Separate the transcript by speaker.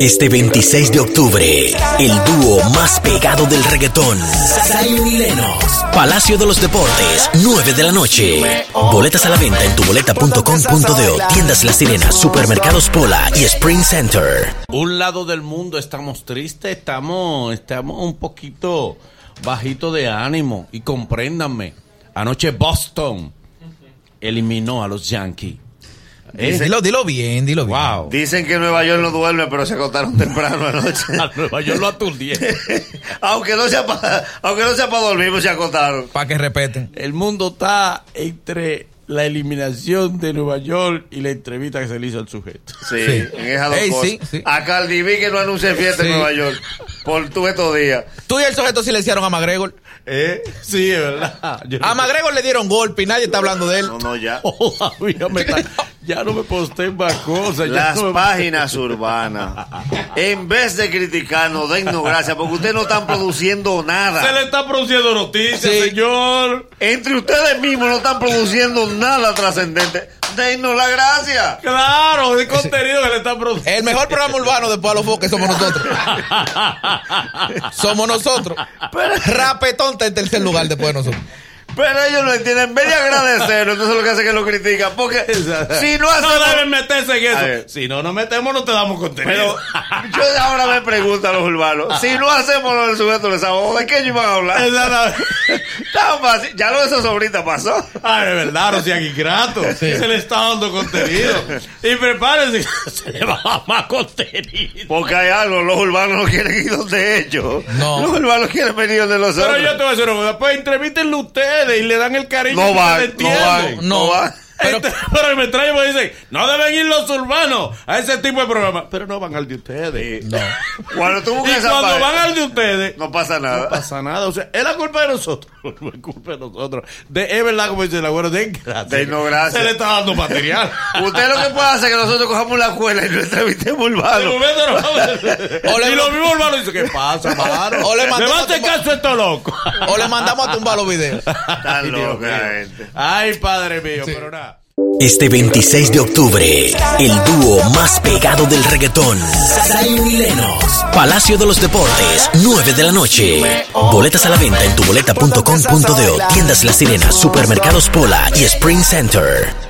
Speaker 1: Este 26 de octubre, el dúo más pegado del reggaetón, Zion y Lennox, Palacio de los Deportes, 9 de la noche. Boletas a la venta en tuboleta.com.de, tiendas La Sirena, supermercados Pola y Spring Center.
Speaker 2: Un lado del mundo estamos tristes, estamos, estamos un poquito bajito de ánimo y compréndanme. Anoche Boston eliminó a los Yankees. ¿Eh?
Speaker 3: Dilo, dilo bien, dilo bien.
Speaker 2: Wow.
Speaker 4: Dicen que Nueva York no duerme, pero se acostaron temprano anoche.
Speaker 2: A Nueva York lo aturdieron.
Speaker 4: aunque no sea para no sea pa dormir, pues se acostaron.
Speaker 3: Para que respeten.
Speaker 2: El mundo está entre la eliminación de Nueva York y la entrevista que se le hizo al sujeto.
Speaker 4: Sí,
Speaker 3: Sí.
Speaker 4: en esas dos
Speaker 3: Ey,
Speaker 4: cosas.
Speaker 3: sí, sí.
Speaker 4: A Cardi B que no anuncie fiesta
Speaker 3: Sí.
Speaker 4: en Nueva York. Por tu estos días.
Speaker 3: Tú y el sujeto silenciaron a McGregor.
Speaker 2: ¿Eh? Sí, es verdad. Yo-
Speaker 3: A McGregor le dieron golpe y nadie está hablando de él.
Speaker 4: No, no,
Speaker 3: Oh,
Speaker 4: ya.
Speaker 2: Todavía me está- ya no me posteen más cosas. ya
Speaker 4: Las
Speaker 2: no me-
Speaker 4: páginas urbanas. En vez de criticarnos, dennos gracias, porque ustedes no están produciendo
Speaker 2: Se le
Speaker 4: nada.
Speaker 2: está produciendo noticias,
Speaker 3: Sí.
Speaker 2: señor.
Speaker 4: Entre ustedes mismos no están produciendo nada trascendente. Dennos la gracia.
Speaker 2: Claro, el contenido que le está produciendo.
Speaker 3: El mejor programa urbano de Pablo Fox que somos nosotros. somos nosotros. Rapetón está en tercer lugar después de nosotros.
Speaker 4: Pero ellos no entienden. En vez de agradecerlo, entonces lo que hace es que lo critican. Porque si no
Speaker 2: No deben
Speaker 4: hacen.
Speaker 2: meterse en
Speaker 4: A
Speaker 2: eso.
Speaker 4: ver.
Speaker 2: Si no nos metemos, no te damos contenido.
Speaker 4: eh. Pero yo ahora me pregunto a los urbanos: si no hacemos lo del sujeto de sábado, ¿de qué ellos van a hablar?
Speaker 2: Exactamente.
Speaker 4: Tan fácil. Ya lo de esa sobrita pasó.
Speaker 2: Ay, de verdad, no sea ingrato. Se le está dando contenido. Y prepárense, se le va a dar más contenido.
Speaker 4: Porque hay algo, los urbanos no quieren ir donde ellos.
Speaker 3: No.
Speaker 4: Los urbanos quieren venir donde los
Speaker 2: Pero
Speaker 4: otros.
Speaker 2: yo te voy a decir una cosa. Pues entrevítenlo ustedes y le dan el cariño
Speaker 4: No
Speaker 2: que
Speaker 4: van,
Speaker 2: ustedes
Speaker 4: no
Speaker 2: tienen.
Speaker 4: van. No va.
Speaker 3: Pero,
Speaker 2: Este- pero me trae y me dicen, no deben ir los urbanos a ese tipo de programas. Pero no van al de ustedes.
Speaker 3: no.
Speaker 4: Eh, Cuando tú buscas
Speaker 2: Y
Speaker 4: esa
Speaker 2: cuando
Speaker 4: página,
Speaker 2: van al de ustedes,
Speaker 4: no pasa nada.
Speaker 2: no pasa nada. O sea, es la culpa de nosotros. No es culpa de nosotros. De, es verdad, como dice el abuelo, de gracias.
Speaker 4: De no gracias.
Speaker 2: Se le está dando material.
Speaker 4: Usted lo que puede hacer es que nosotros cojamos la escuela y no entrevistemos
Speaker 2: De
Speaker 4: urbanos.
Speaker 2: momento no vamos a-
Speaker 3: Ole-
Speaker 2: y los mismos hermanos dicen, ¿qué pasa, mano?
Speaker 3: Ole,
Speaker 2: Le
Speaker 3: mandó-
Speaker 2: va a hacer caso a esto loco.
Speaker 3: O le mandamos a tumbar los videos.
Speaker 4: Tan
Speaker 2: Dios
Speaker 4: loca la
Speaker 2: mío.
Speaker 4: gente.
Speaker 2: Ay, padre mío, pero nada.
Speaker 1: Este 26 de octubre, el dúo más pegado del reggaetón, Zion y Lennox, Palacio de los Deportes, 9 de la noche. Boletas a la venta en tuboleta.com.de, tiendas La Sirena, supermercados Pola y Spring Center.